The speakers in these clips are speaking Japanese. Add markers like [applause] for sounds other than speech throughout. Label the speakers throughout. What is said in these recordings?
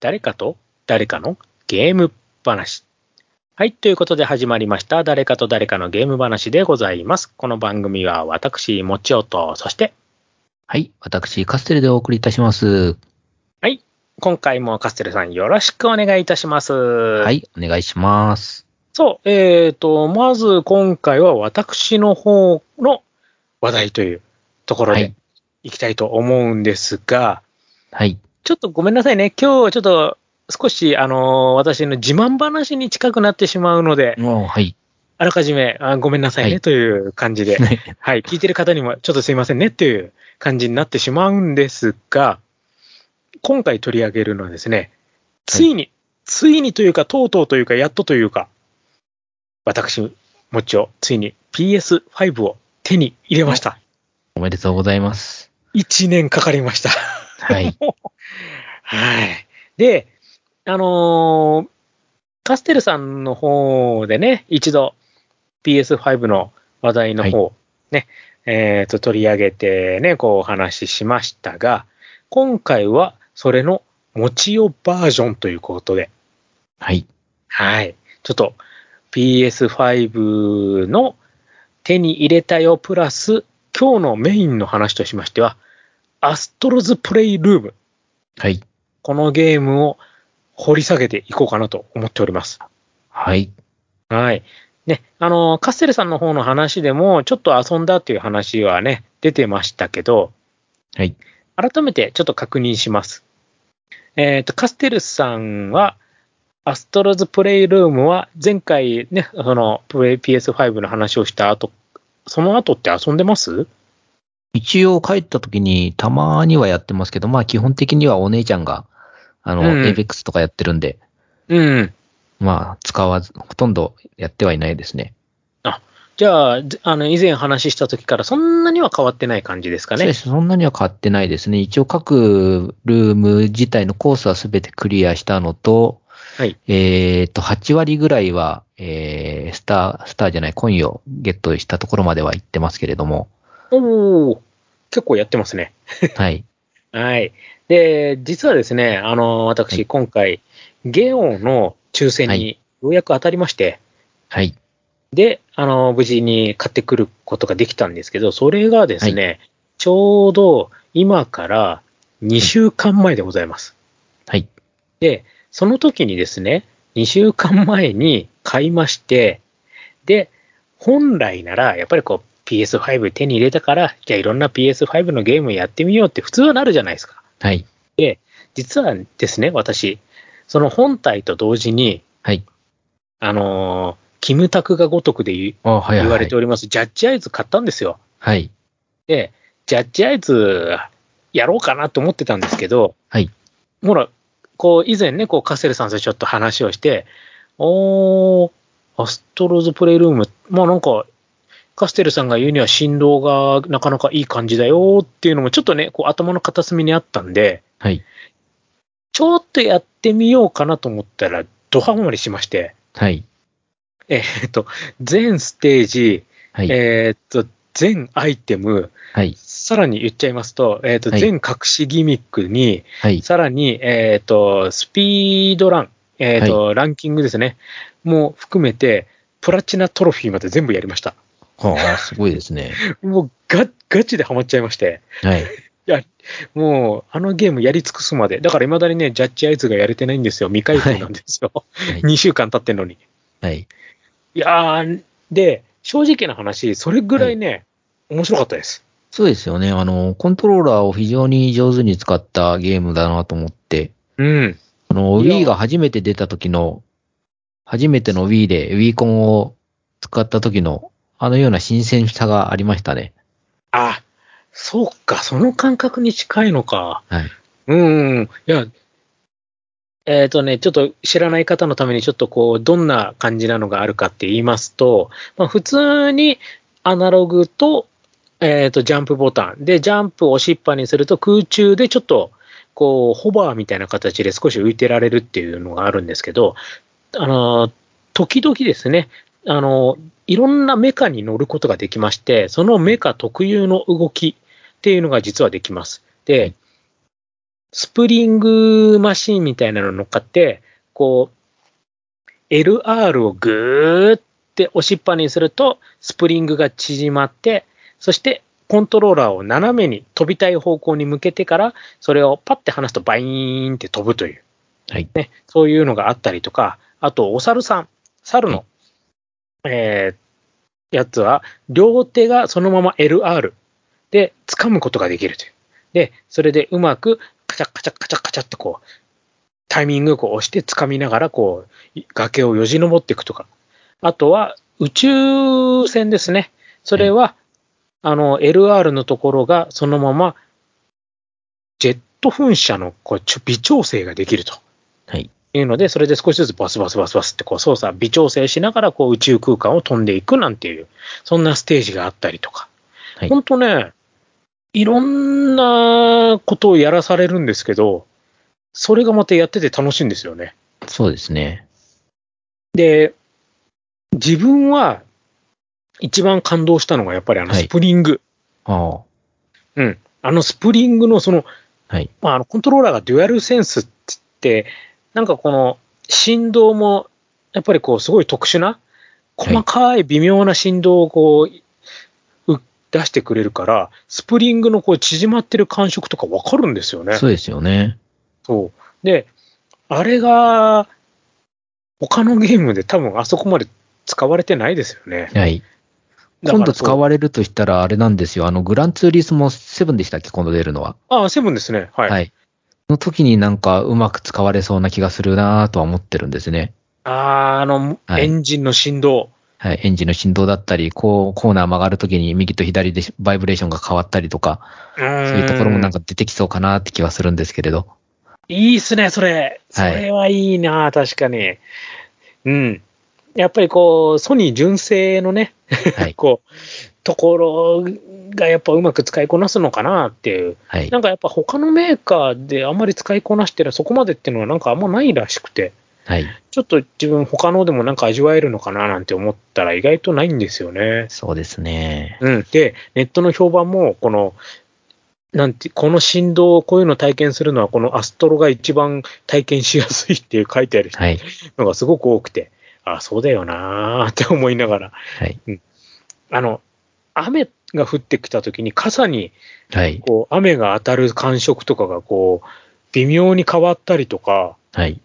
Speaker 1: 誰かと誰かのゲーム話。はい。ということで始まりました。誰かと誰かのゲーム話でございます。この番組は私、もちおと、そして、
Speaker 2: はい。私、カステルでお送りいたします。
Speaker 1: はい。今回もカステルさんよろしくお願いいたします。は
Speaker 2: は。い。お願いします。
Speaker 1: そう。えーと、まず今回は私の方の話題というところ
Speaker 2: は
Speaker 1: で
Speaker 2: い。
Speaker 1: いきたいと思うんですが、
Speaker 2: はい。
Speaker 1: ちょっとごめんなさいね。今日ちょっと少し、あのー私の自慢話に近くなってしまうので、
Speaker 2: もう、はい。
Speaker 1: あらかじめあごめんなさいね、
Speaker 2: はい
Speaker 1: という感
Speaker 2: [laughs]
Speaker 1: じで、はい、聞いてる方にもちょっとすいませんねという感じになってしまうんですが、今回取り上げるのはですね、ついに、ついにというか、とうとうというか、やっとというか、私、もちを、ついに PS5 を手に入れました。
Speaker 2: おめでとうございます。
Speaker 1: 1年かかりました。
Speaker 2: はい。
Speaker 1: [laughs] はい。で、あのーカステルさんの方でね、一度 PS5 の話題の方、ね、えっ、と、取り上げてね、こうお話ししましたが、今回はそれの持ちよバージョンということで、
Speaker 2: はい。
Speaker 1: はい。ちょっと PS5 の手に入れたよプラス、今日のメインの話としましては、アストロズプレイルーム
Speaker 2: はい。
Speaker 1: このゲームを掘り下げていこうかなと思っております。
Speaker 2: はい。
Speaker 1: はい。ね、あの、カッセルさんの方の話でも、ちょっと遊んだっていう話はね、出てましたけど、
Speaker 2: はい。
Speaker 1: 改めてちょっと確認します。えっ、と、カステルさんは、アストロズプレイルームは前回ね、そのプレイ PS5 の話をした後、その後って遊んでます
Speaker 2: 一応帰った時に、たまにはやってますけど、まあ、基本的にはお姉ちゃんが、あの、
Speaker 1: うん
Speaker 2: エイペックスとかやってるんで、
Speaker 1: うん。
Speaker 2: まあ、使わず、ほとんどやってはいないですね。
Speaker 1: じゃあ、あの、以前話した時からそんなには変わってない感じですか
Speaker 2: そうで
Speaker 1: ね。
Speaker 2: すそんなには変わってないですね。一応各ルーム自体のコースはすべてクリアしたのと、
Speaker 1: はい
Speaker 2: えっと、8割ぐらいは、えー、スター、スターじゃない、コインをゲットしたところまでは行ってますけれど
Speaker 1: [laughs]
Speaker 2: も、
Speaker 1: おお結構やってますね。
Speaker 2: はい。
Speaker 1: はい。で、実はですね、あの、
Speaker 2: は
Speaker 1: 私、
Speaker 2: い
Speaker 1: 今回、ゲオの抽選
Speaker 2: は
Speaker 1: に
Speaker 2: い
Speaker 1: ようやく当たりまして、
Speaker 2: はい。
Speaker 1: で、あの、無事に買ってくることができたんですけど、それがですね、ちょうど今から2週間前でございます。
Speaker 2: はい。
Speaker 1: で、その時にですね、2週間前に買いまして、で、本来なら、やっぱりこう、PS5 手に入れたから、じゃあいろんな PS5 のゲームやってみようって普通はなるじゃないですか。
Speaker 2: はい。
Speaker 1: で、実はですね、私、その本体と同時に、
Speaker 2: はい。
Speaker 1: あのーキムタクがごとくで言う
Speaker 2: あはいはい。
Speaker 1: 言われております、ジャッジアイズ買ったんですよ。
Speaker 2: はい。
Speaker 1: で、ジャッジアイズやろうかなと思ってたんですけど、
Speaker 2: はい。
Speaker 1: ほら、こう、以前ね、こう、カセルさんとちょっと話をして、おー、アストロズプレイルーム、まあなんか、カステルさんが言うには振動がなかなかいい感じだよっていうのも、ちょっとね、こう頭の片隅にあったんで、
Speaker 2: はい。
Speaker 1: ちょっとやってみようかなと思ったら、ドハマりしまして、
Speaker 2: はい。
Speaker 1: えーっと、全ステージ、
Speaker 2: はい。
Speaker 1: えーっと、全アイテム、
Speaker 2: はい。
Speaker 1: さらに言っちゃいますと、えーっと、
Speaker 2: はい
Speaker 1: 全隠しギミックに、
Speaker 2: はい。
Speaker 1: さらに、えーっと、スピードラン、えーっと、ランキングですね、も含めて、プラチナトロフィーまで全部やりました。
Speaker 2: はあ、すごいです
Speaker 1: [laughs]
Speaker 2: ね。
Speaker 1: もうガガチでハマっちゃいまして、
Speaker 2: はい。
Speaker 1: もうあのゲームやり尽くすまで、だから未だにね、ジャッジアイズがやれてないんですよ。未開封なんですよ。
Speaker 2: はい。
Speaker 1: 2週間経ってんのに。
Speaker 2: はい。
Speaker 1: いやー、で、正直な話、それぐらいね、面白かったです。
Speaker 2: そうですよね。あの、コントローラーを非常に上手に使ったゲームだなと思って、
Speaker 1: うん。
Speaker 2: あの、
Speaker 1: いや
Speaker 2: Wii が初めて出た時の、初めての Wii で Wii コンを使った時の、あのような新鮮さがありましたね。
Speaker 1: あ、そうか、その感覚に近いのか。
Speaker 2: はい。
Speaker 1: うん。いや、えっ、とね、ちょっと知らない方のために、ちょっとこう、どんな感じなのがあるかって言いますと、まあ、普通にアナログと、えっ、と、ジャンプボタン。で、ジャンプを押しっぱにすると空中でちょっと、こう、ホバーみたいな形で少し浮いてられるっていうのがあるんですけど、あの、時々ですね、あの、いろんなメカに乗ることができまして、そのメカ特有の動きっていうのが実はできます。で、スプリングマシンみたいなの乗っかって、こう、LR をぐーって押しっぱにすると、スプリングが縮まって、そしてコントローラーを斜めに飛びたい方向に向けてから、それをパッて離すとバイーンって飛ぶという、
Speaker 2: はい。
Speaker 1: ね、そういうのがあったりとか、あと、お猿さん、猿の、えーやつは、両手がそのまま LR で掴むことができるという。で、それでうまくカチャカチャカチャカチャってこう、タイミングをこう押して掴みながら、こう、崖をよじ登っていくとか。あとは、宇宙船ですね。それは、あの、LR のところがそのまま、ジェット噴射のこうちょ微調整ができると。
Speaker 2: はい。
Speaker 1: いうので、それで少しずつバスバスバスバスってこう操作、微調整しながらこう宇宙空間を飛んでいくなんていう、そんなステージがあったりとか。
Speaker 2: はい
Speaker 1: 本当ね、いろんなことをやらされるんですけど、それがまたやってて楽しいんですよね。
Speaker 2: そうですね。
Speaker 1: で、自分は一番感動したのがやっぱりあの
Speaker 2: はい
Speaker 1: スプリング。
Speaker 2: あ
Speaker 1: うん。あのスプリングのその、
Speaker 2: あ。はい。
Speaker 1: まあ、あのコントローラーがデュアルセンスって言って、なんかこの振動も、やっぱりこう、すごい特殊な、細かい微妙な振動をこう、う出してくれるから、スプリングのこう縮まってる感触とかわかるんですよね。
Speaker 2: そうですよね。
Speaker 1: そう。で、あれが、他のゲームで多分あそこまで使われてないですよね。
Speaker 2: はい。
Speaker 1: だから
Speaker 2: 今度使われるとしたら、あれなんですよ。あの、グランツーリスモ7でしたっけ今度出るのは。
Speaker 1: ああ、セブンですね。はい。
Speaker 2: はい。の時になんかうまく使われそうな気がするなぁとは思ってるんですね。
Speaker 1: ああ、あの、
Speaker 2: はい
Speaker 1: エンジンの振動。
Speaker 2: はい。エンジンの振動だったり、こう、コーナー曲がる時に右と左でバイブレーションが変わったりとか、
Speaker 1: そう
Speaker 2: そう
Speaker 1: い
Speaker 2: いうところもなんか出てきそうかなって気はするんですけれど。
Speaker 1: いいっすね、それ。そ
Speaker 2: はい
Speaker 1: れはいいな、確かに。うん。やっぱりこう、ソニー純正のね、
Speaker 2: はい。
Speaker 1: こう、ところがやっぱうまく使いこなすのかなっていう。
Speaker 2: はい
Speaker 1: な。んかやっぱ他のメーカーであんまり使いこなしてるそこまでっていうのはなんかあんまないらしくて、
Speaker 2: はい。
Speaker 1: ちょっと自分他のでもなんか味わえるのかななんて思ったら意外とないんですよね。
Speaker 2: そうですね。
Speaker 1: うん。で、ネットの評判も、この、なんて、この振動、こういうの体験するのは、このアストロが一番体験しやすいっていう書いてある
Speaker 2: はい。
Speaker 1: のがすごく多くて、あ、そうだよなーって思いながら、
Speaker 2: はい。
Speaker 1: あの、雨が降ってきた時に傘に、
Speaker 2: はい。
Speaker 1: こう、雨が当たる感触とかが、こう、微妙に変わったりとか、
Speaker 2: はい。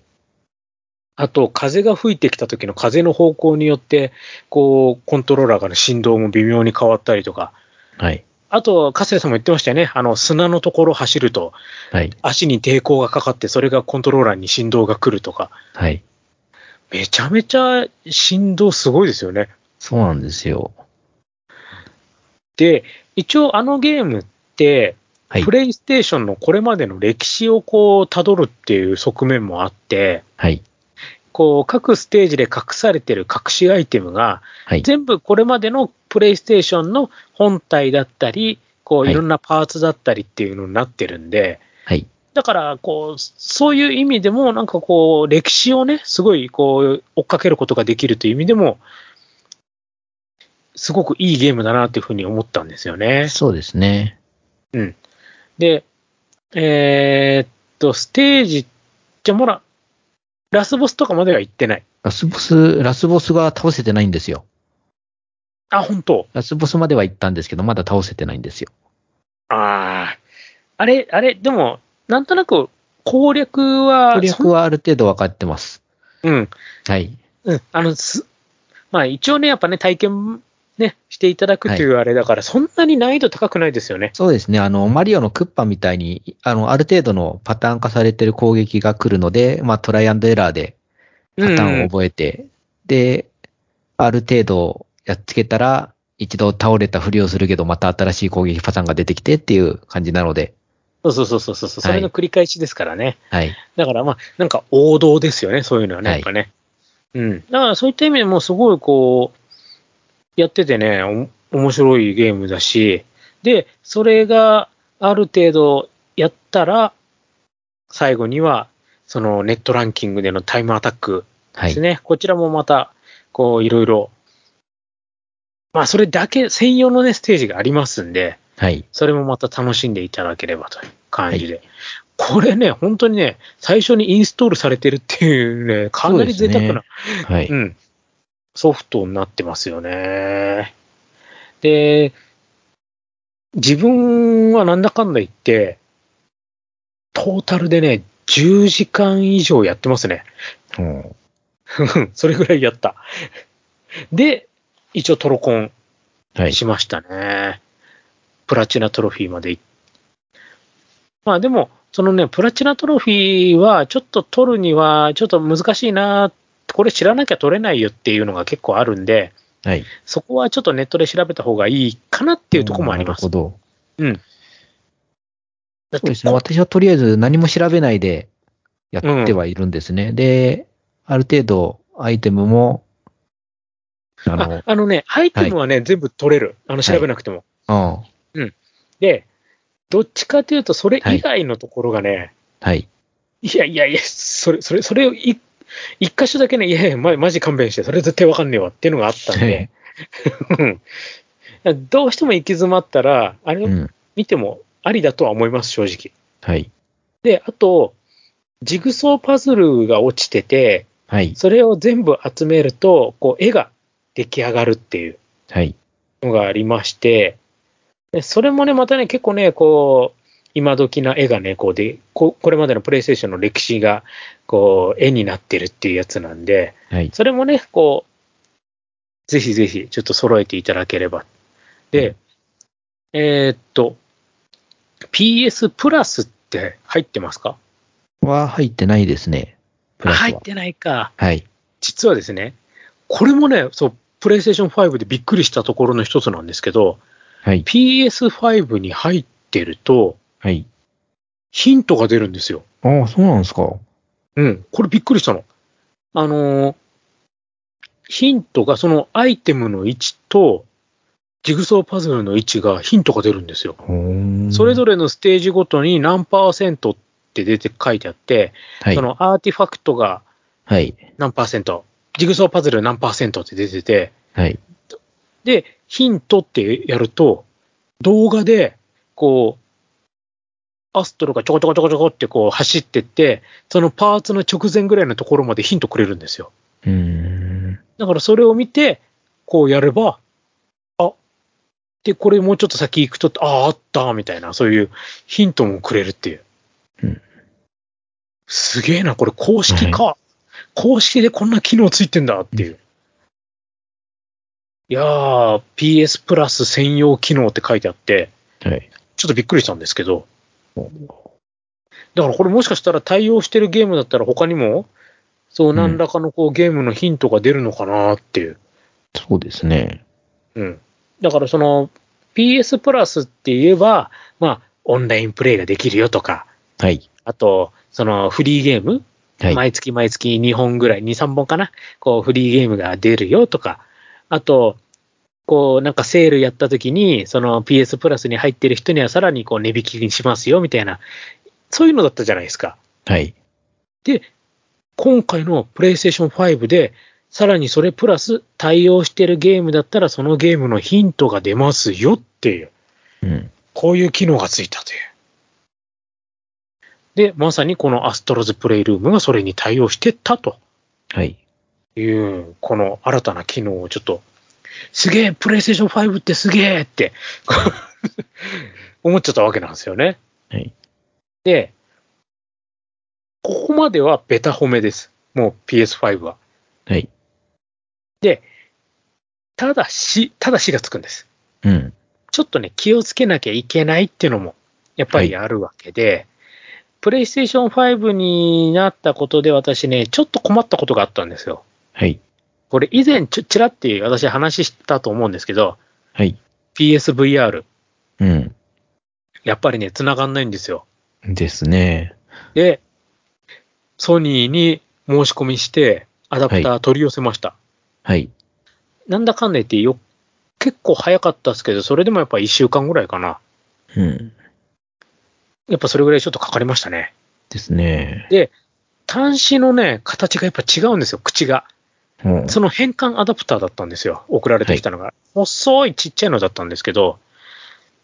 Speaker 1: あと、風が吹いてきた時の風の方向によって、こう、コントローラーの振動も微妙に変わったりとか、
Speaker 2: はい。
Speaker 1: あと、加瀬さんも言ってましたよね。あの、砂のところ走ると、
Speaker 2: はい。
Speaker 1: 足に抵抗がかかって、それがコントローラーに振動が来るとか、
Speaker 2: はい。
Speaker 1: めちゃめちゃ振動すごいですよね。
Speaker 2: そうなんですよ。
Speaker 1: で、一応あのゲームって、
Speaker 2: はい
Speaker 1: プ。レイステーションのこれまでの歴史をこう、辿るっていう側面もあって、
Speaker 2: はい。
Speaker 1: こう、各ステージで隠されてる隠しアイテムが、
Speaker 2: はい。
Speaker 1: 全部これまでのプレイステーションの本体だったり、こう、
Speaker 2: はい
Speaker 1: いろんなパーツだったりっていうのになってるんで、
Speaker 2: はい。
Speaker 1: だから、こう、そういう意味でも、なんかこう、歴史をね、すごい、こう、追っかけることができるという意味でも、すごくいいゲームだなっていうふうに思ったんですよね。
Speaker 2: そうですね。
Speaker 1: で、えーっと、ステージ、じゃあまだ、ラスボスとかまでは行ってない。
Speaker 2: ラスボス、ラスボスが倒せてないんですよ。
Speaker 1: あ、本当
Speaker 2: ラスボスまでは行ったんですけど、まだ倒せてないんですよ。
Speaker 1: ああ。あれ、あれ、でも、なんとなく、攻略は、
Speaker 2: 攻略はある程度分かってます。
Speaker 1: そん、うん、
Speaker 2: はい。
Speaker 1: うん、あの、す、まあ一応ね、やっぱね、体験ね、していただくというあれだから、そんなに難易度高くないですよね。
Speaker 2: そうですね。あの、マリオのクッパみたいに、あの、ある程度のパターン化されてる攻撃が来るので、まあ、トライアンドエラーでパターンを覚えて、で、ある程度やっつけたら、一度倒れたふりをするけど、また新しい攻撃パターンが出てきてっていう感じなので、
Speaker 1: うんそうそうそうそうそう、それの繰り返しですからね。
Speaker 2: はい。
Speaker 1: だからまあ、なんか王道ですよね、そういうのはね、
Speaker 2: は
Speaker 1: や
Speaker 2: い
Speaker 1: っぱね。うん。だからそういった意味でも、すごいこう、やっててね、お面白いゲームだし、で、それがある程度やったら、最後には、そのネットランキングでのタイムアタック
Speaker 2: は
Speaker 1: です
Speaker 2: い。
Speaker 1: ね。こちらもまた、こう、いろいろ、まあ、それだけ専用のね、ステージがありますんで、
Speaker 2: はい。
Speaker 1: それもまた楽しんでいただければという感じで。これね、本当にね、最初にインストールされてるっていうね、かなり贅沢な、。
Speaker 2: はいう
Speaker 1: ん、ソフトになってますよね。で、自分はなんだかんだ言って、トータルでね、10時間以上やってますね。
Speaker 2: うん
Speaker 1: うんそれぐらいやった。で、一応トロコン
Speaker 2: はい。
Speaker 1: しましたね。プラチナトロフィーまでいまあでも、そのね、プラチナトロフィーはちょっと取るにはちょっと難しいな、これ知らなきゃ取れないよっていうのが結構あるんで、
Speaker 2: はい。
Speaker 1: そこはちょっとネットで調べた方がいいかなっていうところもあります。
Speaker 2: なるほど。
Speaker 1: うん。だっ
Speaker 2: そう
Speaker 1: て
Speaker 2: ですね。私はとりあえず何も調べないでやってはいるんですね。で、ある程度アイテムも、あ
Speaker 1: [laughs]
Speaker 2: の、
Speaker 1: ああのね、アイテムはね、全部取れる。あの、調べなくても。
Speaker 2: うん。
Speaker 1: で、どっちかというと、それ以外のところがね、
Speaker 2: はい。
Speaker 1: い、やいやいや、それ、それ、それをい一箇所だけね、いやいや、ま、マジ勘弁して、それ絶対わかんねえわっていうのがあったんで、うん [laughs] どうしても行き詰まったら、あれ
Speaker 2: [laughs] う
Speaker 1: を
Speaker 2: ん。
Speaker 1: 見てもありだとは思います、正直。
Speaker 2: はい。
Speaker 1: で、あと、ジグソーパズルが落ちてて、
Speaker 2: はい。
Speaker 1: それを全部集めると、こう、絵が出来上がるっていう
Speaker 2: はい。
Speaker 1: のがありまして、でそれもね、またね、結構ね、こう、今時な絵がね、こうで、ここれまでのプレイステーションの歴史が、こう、絵になってるっていうやつなんで、
Speaker 2: はい。
Speaker 1: それもね、こう、ぜひぜひ、ちょっと揃えていただければ。で、えーっと、PS プラスって入ってますか
Speaker 2: は入ってないですね。プラスは。
Speaker 1: 入ってないか。
Speaker 2: はい。
Speaker 1: 実はですね、これもね、そう、プレイステーション5でびっくりしたところの一つなんですけど、
Speaker 2: はい。
Speaker 1: PS5 に入ってると、
Speaker 2: はい。
Speaker 1: ヒントが出るんですよ。
Speaker 2: ああ、そうなんですか。
Speaker 1: うん。これびっくりしたの。あのーヒントが、そのアイテムの位置と、ジグソーパズルの位置がヒントが出るんですよ。それぞ
Speaker 2: れ、
Speaker 1: れのステージごとに何パーセントって出て書いてあって、
Speaker 2: はい
Speaker 1: そ。のアーティファクトが
Speaker 2: はい。
Speaker 1: 何パーセント、ジグソーパズル何パーセントって出てて、
Speaker 2: はい。
Speaker 1: で、ヒントってやると、動画で、こう、アストロがちょこちょこちょこちょこってこう走ってって、そのパーツの直前ぐらいのところまでヒントくれるんですよ。
Speaker 2: うーん。
Speaker 1: だからそれを見て、こうやれば、あ、で、これもうちょっと先行くと、ああ、あった、みたいな、そういうヒントもくれるっていう。
Speaker 2: うん
Speaker 1: すげえな、これ公式か、公式でこんな機能ついてんだっていう。いやー、PS プラス専用機能って書いてあって、
Speaker 2: はい。
Speaker 1: ちょっとびっくりしたんですけど。
Speaker 2: お
Speaker 1: だからこれもしかしたら対応してるゲームだったら他にも、そう、何らかのこうゲームのヒントが出るのかなっていう。
Speaker 2: そうですね。
Speaker 1: うん。だからその PS プラスって言えば、まあ、オンラインプレイができるよとか、
Speaker 2: はい。
Speaker 1: あと、そのフリーゲーム、
Speaker 2: はい。
Speaker 1: 毎月毎月2本ぐらい、2、3本かな、こうフリーゲームが出るよとか、あと、こうなんかセールやった時に、その PS プラスに入ってる人にはさらにこう値引きにしますよみたいな、そういうのだったじゃないですか。
Speaker 2: はい。
Speaker 1: 今回の PlayStation 5で、さらにそれプラス対応してるゲームだったら、そのゲームのヒントが出ますよっていう。
Speaker 2: うん。
Speaker 1: こういう機能がついたという。で、まさにこのアストロズプレイルームがそれに対応してたと
Speaker 2: はい。
Speaker 1: いう、この新たな機能をちょっと、すげえ、プレイステーション5ってすげえって、こう思っちゃったわけなんですよね。
Speaker 2: はい。
Speaker 1: で、ここまではベタ褒めです。もう PS5 は。
Speaker 2: はい。
Speaker 1: ただし、ただしがつくんです。
Speaker 2: うん。
Speaker 1: ちょっとね、気をつけなきゃいけないっていうのも、やっぱりあるわけで、プレイステーション5になったことで私ね、ちょっと困ったことがあったんですよ。
Speaker 2: はい。
Speaker 1: これ以前ちょ、ちらって私話したと思うんですけど、
Speaker 2: はい。
Speaker 1: PSVR、
Speaker 2: うん。
Speaker 1: やっぱりね、繋がんないんですよ。
Speaker 2: ですね。
Speaker 1: で、ソニーに申し込みして、アダプター取り寄せました。
Speaker 2: はい。
Speaker 1: なんだかんだ言ってよ、結構早かったですけど、それでもやっぱ1週間ぐらいかな。
Speaker 2: うん。
Speaker 1: やっぱそれぐらいちょっとかかりましたね。
Speaker 2: ですね。
Speaker 1: 端子のね、形がやっぱ違うんですよ、口が。
Speaker 2: うん
Speaker 1: その変換アダプターだったんですよ、送られてきたのが。細いちっちゃいのだったんですけど、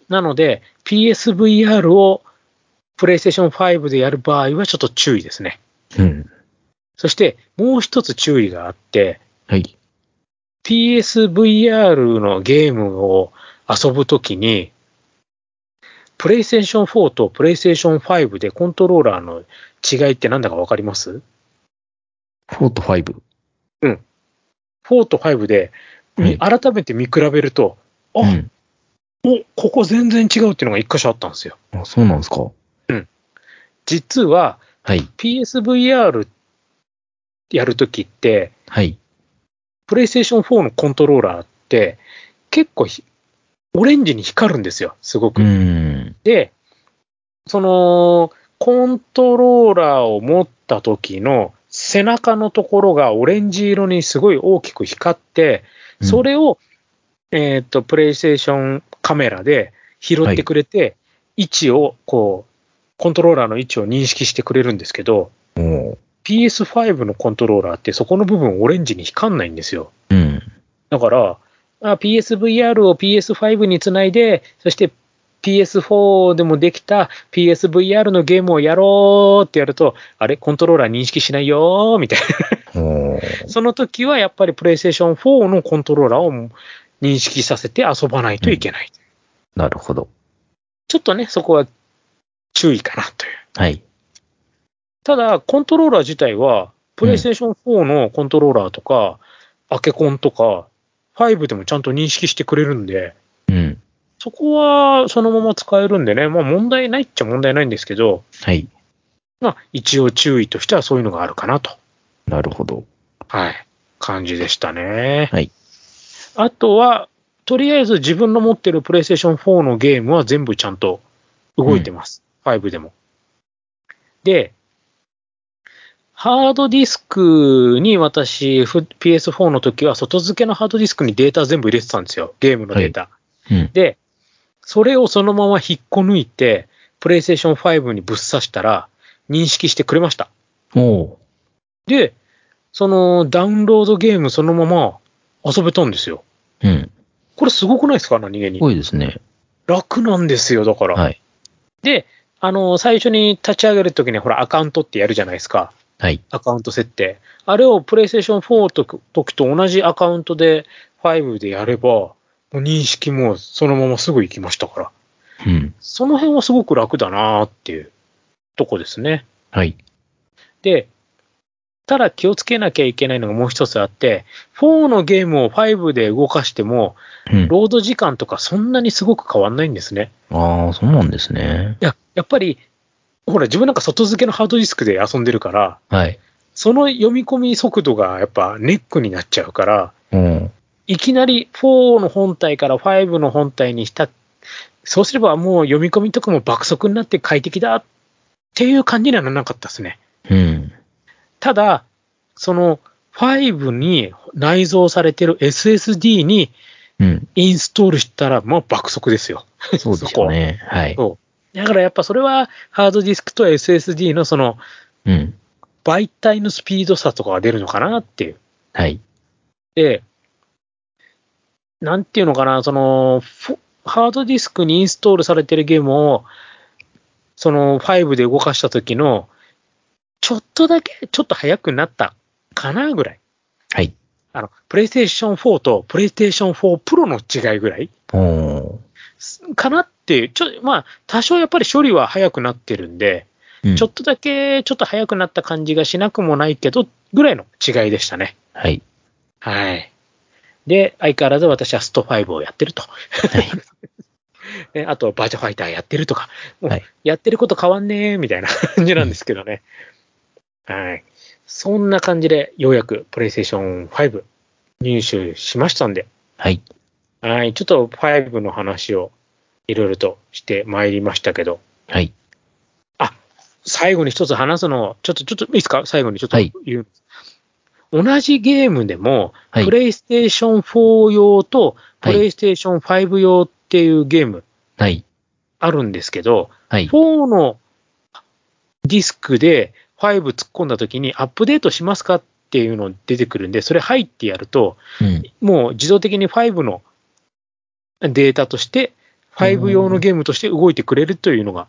Speaker 1: なので、PSVR をプレイステーション5でやる場合はちょっと注意ですね。
Speaker 2: うん。
Speaker 1: そして、もう一つ注意があって、
Speaker 2: はい。
Speaker 1: PSVR のゲームを遊ぶときに、プレイステーション4とプレイステーション5でコントローラーの違いってなんだかわかります
Speaker 2: 4と5。
Speaker 1: ?4 と5で、み改めて見比べると、あ、
Speaker 2: うん。
Speaker 1: お、ここ全然違うっていうのが一箇所あったんですよ。
Speaker 2: あ、そうなんですか。
Speaker 1: 実は
Speaker 2: はい。
Speaker 1: PSVR やるときって、
Speaker 2: はい。
Speaker 1: プレイステーション4のコントローラーって、結構ひオレンジに光るんですよ、すごく。
Speaker 2: うん。
Speaker 1: で、その、コントローラーを持った時の背中のところがオレンジ色にすごい大きく光って、それを、えっ、と、プレイステーションカメラで拾ってくれて、位置を、こう、コントローラーの位置を認識してくれるんですけど、
Speaker 2: も
Speaker 1: PS5 のコントローラーってそこの部分オレンジに光んないんですよ。
Speaker 2: う、うん。
Speaker 1: だから、あ PSVR を PS5 につないで、そして PS4 でもできた PSVR のゲームをやろうってやると、あれコントローラー認識しない [laughs] よーみたい
Speaker 2: おー
Speaker 1: な。その時はやっぱり PlayStation 4のコントローラーを認識させて遊ばないといけない。
Speaker 2: なるほど。
Speaker 1: ちょっとね、そこは注意かなという。
Speaker 2: はい。
Speaker 1: ただ、コントローラー自体は、PlayStation 4のコントローラーとか、アケコンとか、5でもちゃんと認識してくれるんで、
Speaker 2: うん。
Speaker 1: そこはそのまま使えるんでね、まあ問題ないっちゃ問題ないんですけど、
Speaker 2: はい。
Speaker 1: まあ一応注意としてはそういうのがあるかなと。
Speaker 2: なるほど。
Speaker 1: はい。感じでしたね。
Speaker 2: はい。
Speaker 1: あとは、とりあえず自分の持ってる PlayStation 4のゲームは全部ちゃんと動いてます。5でも。で、ハードディスクに私、ふ PS4 の時は外付けのハードディスクにデータ全部入れてたんですよ。ゲームのデータ。
Speaker 2: うん。
Speaker 1: で、それをそのまま引っこ抜いて、PlayStation 5にぶっ刺したら、認識してくれました。
Speaker 2: おー
Speaker 1: で、そのダウンロードゲームそのまま遊べたんですよ。
Speaker 2: うん。
Speaker 1: これすごくないですか何気に。
Speaker 2: 多いですね。
Speaker 1: 楽なんですよ、だから。
Speaker 2: はい。
Speaker 1: で、あの、最初に立ち上げるときにほら、アカウントってやるじゃないですか。
Speaker 2: はい。
Speaker 1: アカウント設定。あれを PlayStation 4と時と同じアカウントで5でやれば、もう認識もそのまますぐ行きましたから。
Speaker 2: うん。
Speaker 1: その辺はすごく楽だなーっていうとこですね。
Speaker 2: はい。
Speaker 1: で、ただ気をつけなきゃいけないのがもう一つあって、4のゲームを5で動かしても、
Speaker 2: うん。
Speaker 1: ロード時間とかそんなにすごく変わんないんですね。
Speaker 2: ああ、そうなんですね。
Speaker 1: いや、やっぱり、ほら、自分なんか外付けのハードディスクで遊んでるから、
Speaker 2: はい。
Speaker 1: その読み込み速度がやっぱネックになっちゃうから、
Speaker 2: うん。
Speaker 1: いきなり4の本体から5の本体にした、そうすればもう読み込みとかも爆速になって快適だっていう感じにはならなかったですね。
Speaker 2: うん。
Speaker 1: ただ、その5に内蔵されてる SSD に [laughs]
Speaker 2: うん。
Speaker 1: インストールしたら、まあ爆速ですよ。
Speaker 2: そうですよね。はい。
Speaker 1: そう。だからやっぱそれはハードディスクと SSD のその
Speaker 2: うん。
Speaker 1: 媒体のスピード差とかが出るのかなっていう。
Speaker 2: はい。
Speaker 1: で、なんていうのかな、その、フォハードディスクにインストールされてるゲームを、その5で動かした時の、ちょっとだけ、ちょっと速くなったかなぐらい。
Speaker 2: はい。
Speaker 1: あの、プレイステーション4とプレイステーション4プロの違いぐらい
Speaker 2: おー
Speaker 1: すかなって、ちょ、まあ、多少やっぱり処理は早くなってるんで、
Speaker 2: うん。
Speaker 1: ちょっとだけちょっと早くなった感じがしなくもないけど、ぐらいの違いでしたね。
Speaker 2: はい。
Speaker 1: はい。で、相変わらず私はスト5をやってると。
Speaker 2: はい。
Speaker 1: [laughs] ねあと、バーチャファイターやってるとか、もう
Speaker 2: はい
Speaker 1: やってること変わんねえ、みたいな [laughs] 感じなんですけどね。はい。そんな感じで、ようやく PlayStation 5入手しましたんで、
Speaker 2: はい。
Speaker 1: はい、ちょっと5の話をいろいろとしてまいりましたけど、
Speaker 2: はい。
Speaker 1: 最後に一つ話すのを、ちょっと、ちょっといいですか最後にちょっと
Speaker 2: はい
Speaker 1: 言う。同じゲームでも、
Speaker 2: はい
Speaker 1: プレイステーション4用と、
Speaker 2: は
Speaker 1: プ
Speaker 2: い
Speaker 1: レイステーション5用っていうゲーム
Speaker 2: はい。
Speaker 1: あるんですけど、
Speaker 2: はい。
Speaker 1: 4のディスクで5突っ込んだ時にアップデートしますかっていうの出てくるんで、それ入ってやると、
Speaker 2: うん。
Speaker 1: もう自動的に5のデータとして、5用のゲームとして動いてくれるというのが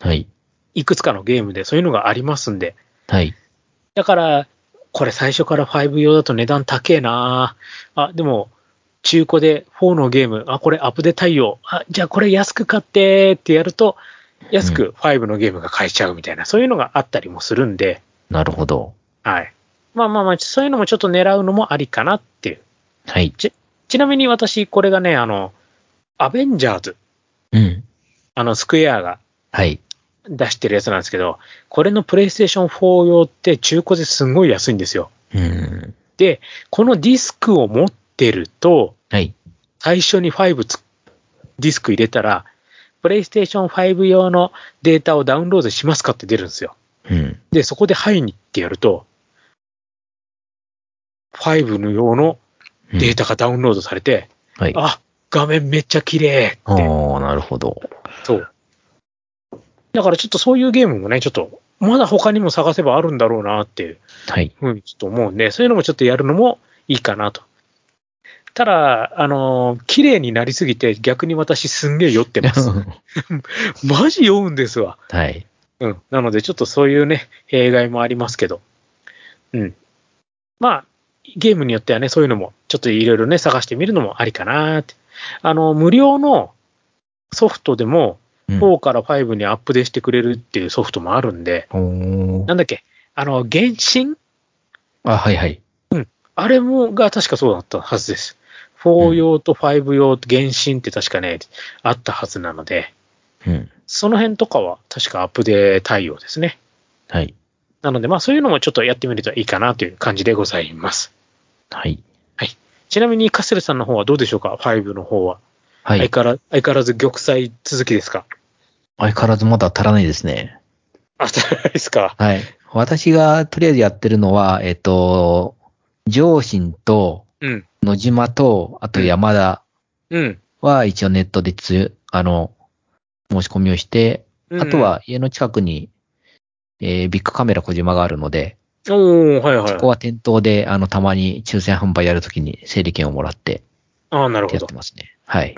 Speaker 2: はい。
Speaker 1: いくつかのゲームでそういうのがありますんで。
Speaker 2: はい。
Speaker 1: だから、これ最初から5用だと値段高えなあ、でも、中古で4のゲーム、あ、これアップデ対応、あ、じゃあこれ安く買ってってやると、安く5のゲームが買えちゃうみたいな、そういうのがあったりもするんで、
Speaker 2: なるほど。
Speaker 1: はい。まあまあまあ、そういうのもちょっと狙うのもありかなっていう。
Speaker 2: はい。
Speaker 1: ちなみに私、これがね、あの、アベンジャーズ、
Speaker 2: うん。
Speaker 1: あの、スクエアが
Speaker 2: はい。
Speaker 1: 出してるやつなんですけど、これのプレイステーション4用って中古ですんごい安いんですよ。
Speaker 2: うん。
Speaker 1: で、このディスクを持ってると、
Speaker 2: はい。
Speaker 1: 最初に5つディスク入れたら、プレイステーション5用のデータをダウンロードしますかって出るんですよ。
Speaker 2: うん。
Speaker 1: で、そこではいにってやると、5の用のデータがダウンロードされて、
Speaker 2: タ。はい。
Speaker 1: あ、画面めっちゃ綺麗
Speaker 2: あ
Speaker 1: って。
Speaker 2: あ、なるほど。
Speaker 1: そう。だからちょっとそういうゲームもね、ちょっと、まだ他にも探せばあるんだろうなっていう
Speaker 2: はい。
Speaker 1: ふうにちょっと思うんで、そういうのもちょっとやるのもいいかなと。ただ、あのー綺麗になりすぎて逆に私すんげえ酔ってます。マジ酔うんですわ。
Speaker 2: [laughs] はい。
Speaker 1: うん。なのでちょっとそういうね、弊害もありますけど。うん。まあ、ゲームによってはね、そういうのもちょっといろいろね、探してみるのもありかなって。あの、無料のソフトでも、
Speaker 2: うん
Speaker 1: 4から5にアップデートしてくれるっていうソフトもあるんで、
Speaker 2: おー
Speaker 1: なんだっけ、あの、原神
Speaker 2: あ、はいはい。
Speaker 1: あれも、が確かそうだったはずです。4用と5用と原神って確かね、あったはずなので、
Speaker 2: うん。
Speaker 1: その辺とかは確かアップデート対応ですね。
Speaker 2: はい。
Speaker 1: なので、まあそういうのもちょっとやってみるといいかなという感じでございます。
Speaker 2: はい。
Speaker 1: ちなみにカステルさんの方はどうでしょうか ?5 の方は。
Speaker 2: はい。
Speaker 1: 相変わら相変わらず玉砕続きですか
Speaker 2: 相変わらずまだ足らないですね。
Speaker 1: あ、そうですか。
Speaker 2: はい。私がとりあえずやってるのは、えっと、上信と
Speaker 1: うん。
Speaker 2: 野島と、あと山田
Speaker 1: うん。
Speaker 2: は一応ネットでつ、あの、申し込みをして、
Speaker 1: うん
Speaker 2: あと、は家の近くに、えービッグカメラ小島があるので、
Speaker 1: おー、はいはい。
Speaker 2: そこは店頭で、あの、たまに抽選販売やるときに整理券をもらって
Speaker 1: ああ、なるほ
Speaker 2: やっ
Speaker 1: ど
Speaker 2: て。ますね。はい。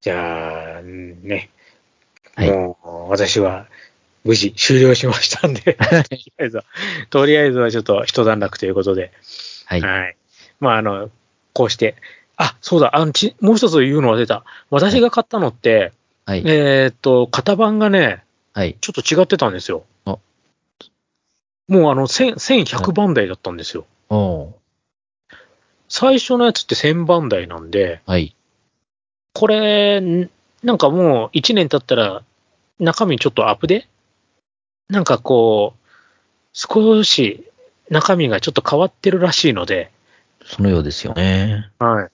Speaker 1: じゃあ、うんね。
Speaker 2: はい
Speaker 1: もう、私は、無事終了しましたん
Speaker 2: [laughs]
Speaker 1: で、とりあえずは、とりあえずはちょっと一段落ということで、
Speaker 2: はい。
Speaker 1: はい。まあ、あの、こうして、あ、そうだ、あの、ち、もう一つ言うのは出た。私が買ったのって、
Speaker 2: はい。
Speaker 1: えーっと、型番がね、
Speaker 2: はい。
Speaker 1: ちょっと違ってたんですよ。
Speaker 2: あ
Speaker 1: もうあの、1000 1100番台だったんですよ。
Speaker 2: おー
Speaker 1: 最初のやつって1000番台なんで、
Speaker 2: はい。
Speaker 1: これ、んなんかもう1年経ったら、中身ちょっとアップで、なんかこう、少し中身がちょっと変わってるらしいので、
Speaker 2: そのようですよね。
Speaker 1: はい。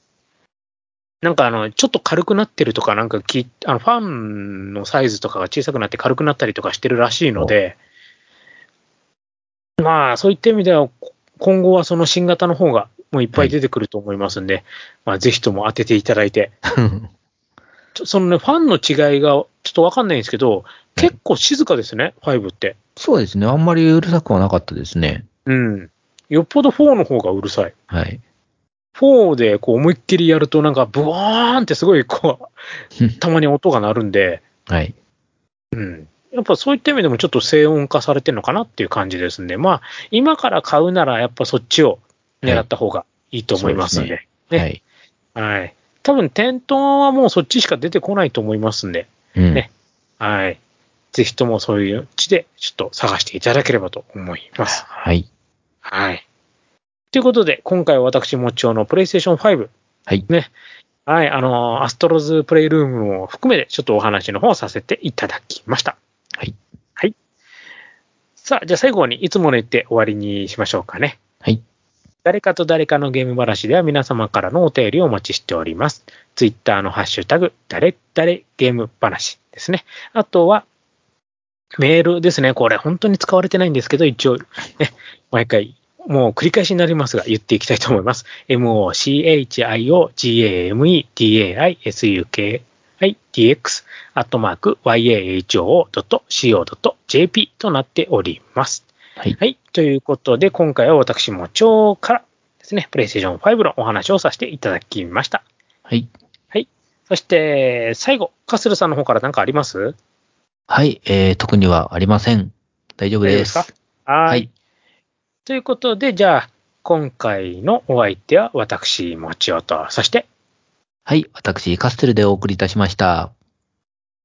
Speaker 1: なんかあの、ちょっと軽くなってるとか、なんかき、あの、ファンのサイズとかが小さくなって軽くなったりとかしてるらしいので、まあ、そういった意味では、こ今後はその新型の方がもういっぱい出てくると思いますんで、まあ、ぜひとも当てていただい [laughs] て、ちょそのね、ファンの違いがちょっとわかんないんですけど、結構静かですね、5って。
Speaker 2: そうですね。あんまりうるさくはなかったですね。
Speaker 1: うん。よっぽど4の方がうるさい。
Speaker 2: はい。
Speaker 1: 4でこう思いっきりやるとなんかブワーンってすごいこう、たまに音が鳴るんで、
Speaker 2: はい。
Speaker 1: うん。やっぱそういった意味でもちょっと静音化されてるのかなっていう感じですんで、まあ、今から買うならやっぱそっちを狙った方がいいと思いますんで。ね
Speaker 2: はい。
Speaker 1: はい。多分店頭はもうそっちしか出てこないと思いますんで、
Speaker 2: うん。
Speaker 1: ねはい。ぜひともそういううちでちょっと探していただければと思います。
Speaker 2: はい。
Speaker 1: はい。ということで、今回は私、もっちょのプレイステーション5。
Speaker 2: はい。
Speaker 1: ね。はい、あのーアストロズプレイルームも含めて、ちょっとお話の方をさせていただきました。
Speaker 2: はい。
Speaker 1: はい。さあ、じゃあ最後にいつもの言って終わりにしましょうかね。
Speaker 2: はい。
Speaker 1: 誰かと誰かのゲーム話では皆様からのお便りをお待ちしております。ツイッターのハッシュタグ、誰誰ゲーム話ですね。あとは、メールですね。これ本当に使われてないんですけど、一応、ね、毎回、もう繰り返しになりますが、言っていきたいと思います。mochiogame.daisuki.dx アットマーク yaho.co.jp となっております。
Speaker 2: はい。
Speaker 1: はい。ということで、今回は私も超からですね、プレイステーション5のお話をさせていただきました。
Speaker 2: はい。
Speaker 1: そして、最後、カスルさんの方から何かあります
Speaker 2: はい、えー、特にはありません。大丈夫で。
Speaker 1: 大丈夫ですはい
Speaker 2: はい
Speaker 1: ということで、じゃあ、今回のお相手は私、もちおと、そして、
Speaker 2: はい、私、カステルでお送りいたしました。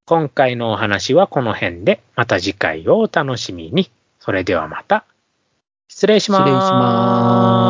Speaker 1: 今回のお話はこの辺で、また次回をお楽しみに。それではまた。失礼します。
Speaker 2: 失礼します。